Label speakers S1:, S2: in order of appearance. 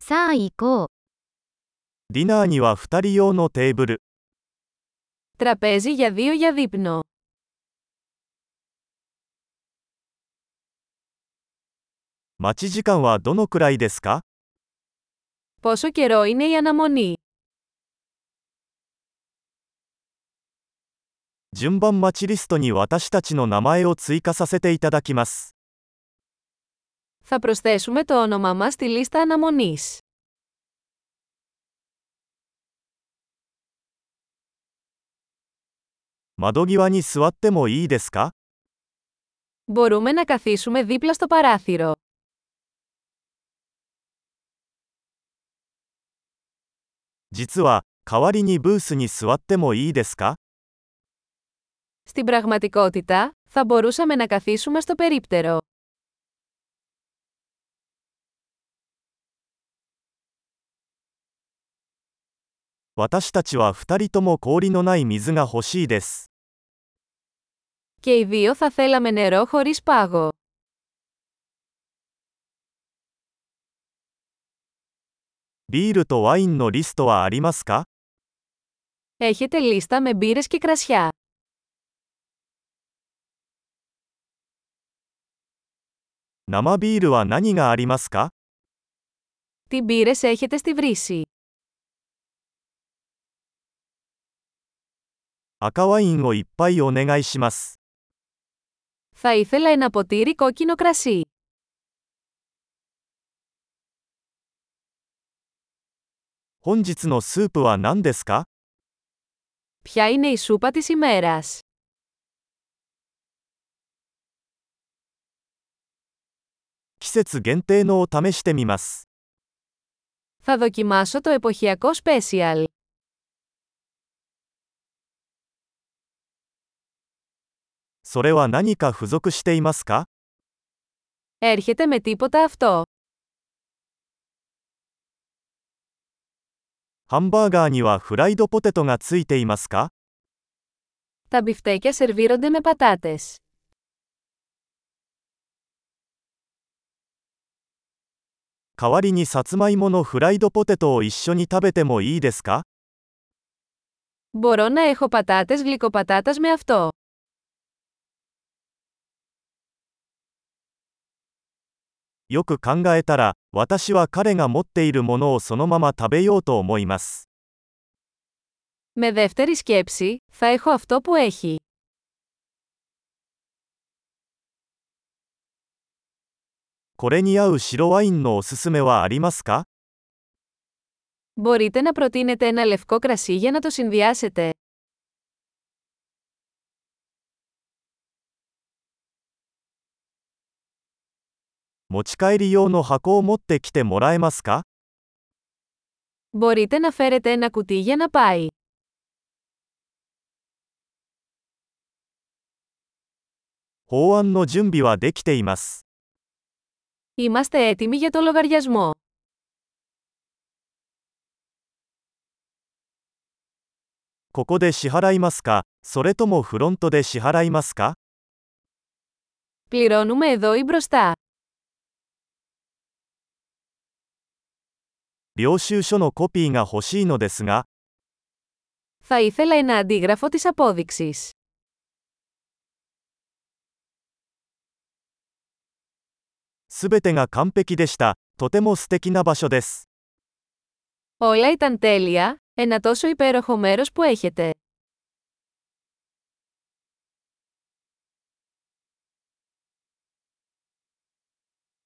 S1: さあ行こう。
S2: ディナーには2人用のテーブル
S3: Τραπέζι για δύο για δείπνο.
S2: 待ち時間はどのくらいですか
S3: Πόσο καιρό είναι η αναμονή.
S2: 順番待ちリストに私たちの名前を追加させていただきます
S3: Θα προσθέσουμε το όνομά μας στη λίστα αναμονής.
S2: 窓際に座ってもいいですか
S3: Μπορούμε να καθίσουμε δίπλα στο παράθυρο.
S2: 実は代わりにブースに座ってもいいですか
S3: Στην πραγματικότητα, θα μπορούσαμε να καθίσουμε στο περίπτερο.
S2: 私たちは2人とも氷のない水が欲しいです
S3: Και οι δύο θα θέλαμε νερό χωρίς πάγο.
S2: ビールとワインのリストはありますか
S3: Έχετε λίστα με μπύρες και κρασιά.
S2: 生ビールは何がありますか
S3: Τι μπύρες έχετε στη βρύση.
S2: 赤ワインをいっぱいお願いします
S3: Θα ήθελα ένα ποτήρι κόκκινο κρασί.
S2: 本日のスープは何ですか
S3: Ποια είναι η σούπα της ημέρας.
S2: 季節限定のを試してみます
S3: Θα δοκιμάσω το εποχιακό special.
S2: それは何か付属していますか
S3: Έρχεται με τίποτα αυτό.
S2: ハンバーガーにはフライドポテトがついていますか
S3: Τα μπιφτέκια σερβίρονται με πατάτες.
S2: 代わりにさつまいものフライドポテトを一緒に食べてもいいですか
S3: Μπορώ να έχω πατάτες γλυκοπατάτας με αυτό.
S2: よく考えたら、私は彼が持っているものをそのまま食べようと思います。
S3: Με δεύτερη σκέψη, θα έχω αυτό που έχει.
S2: これに合う白ワインのおすすめはありますか
S3: Μπορείτε να προτείνετε ένα λευκό κρασί για να το συνδυάσετε.
S2: 持ち帰り用の箱を持ってきてもらえますか
S3: Μπορείτε να φέρετε ένα κουτί για να πάει.
S2: 法案の準備はできています。
S3: Είμαστε έτοιμοι για το λογαριασμό.
S2: ここで支払いますかそれともフロントで支払いますか
S3: Πληρώνουμε εδώ ή μπροστά.
S2: 領収書のコピーが欲しいのですが、
S3: Θα ήθελα ένα αντίγραφο της απόδειξης.
S2: すべてが完璧でした。とても素敵な場所です。
S3: Όλα ήταν τέλεια, ένα τόσο υπέροχο μέρος που έχετε.